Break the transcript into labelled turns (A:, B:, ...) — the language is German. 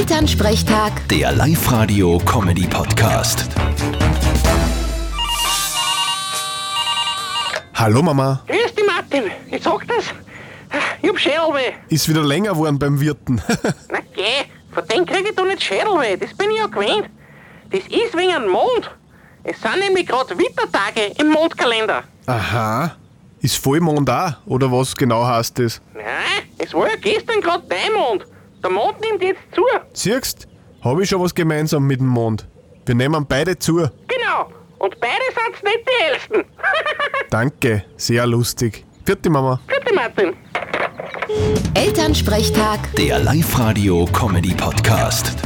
A: Elternsprechtag,
B: Der Live-Radio-Comedy-Podcast.
C: Hallo Mama,
D: Grüß dich, Martin. Ich sag das. Ich hab Schädelweh.
C: ist wieder länger geworden beim Wirten.
D: Na geh, von dem krieg ich doch nicht Schädelweh. Das bin ich ja gewöhnt. Das ist wegen dem Mond. Es sind nämlich gerade Wintertage im Mondkalender.
C: Aha, ist Vollmond auch, oder was genau heißt das?
D: Nein, es war ja gestern gerade dein Mond. Der Mond nimmt jetzt zu.
C: Siehst, habe ich schon was gemeinsam mit dem Mond. Wir nehmen beide zu.
D: Genau. Und beide sind's nicht die Hellsten.
C: Danke, sehr lustig. Vierte Mama.
D: Grüß dich, Martin.
A: Elternsprechtag.
B: Der Live-Radio-Comedy-Podcast.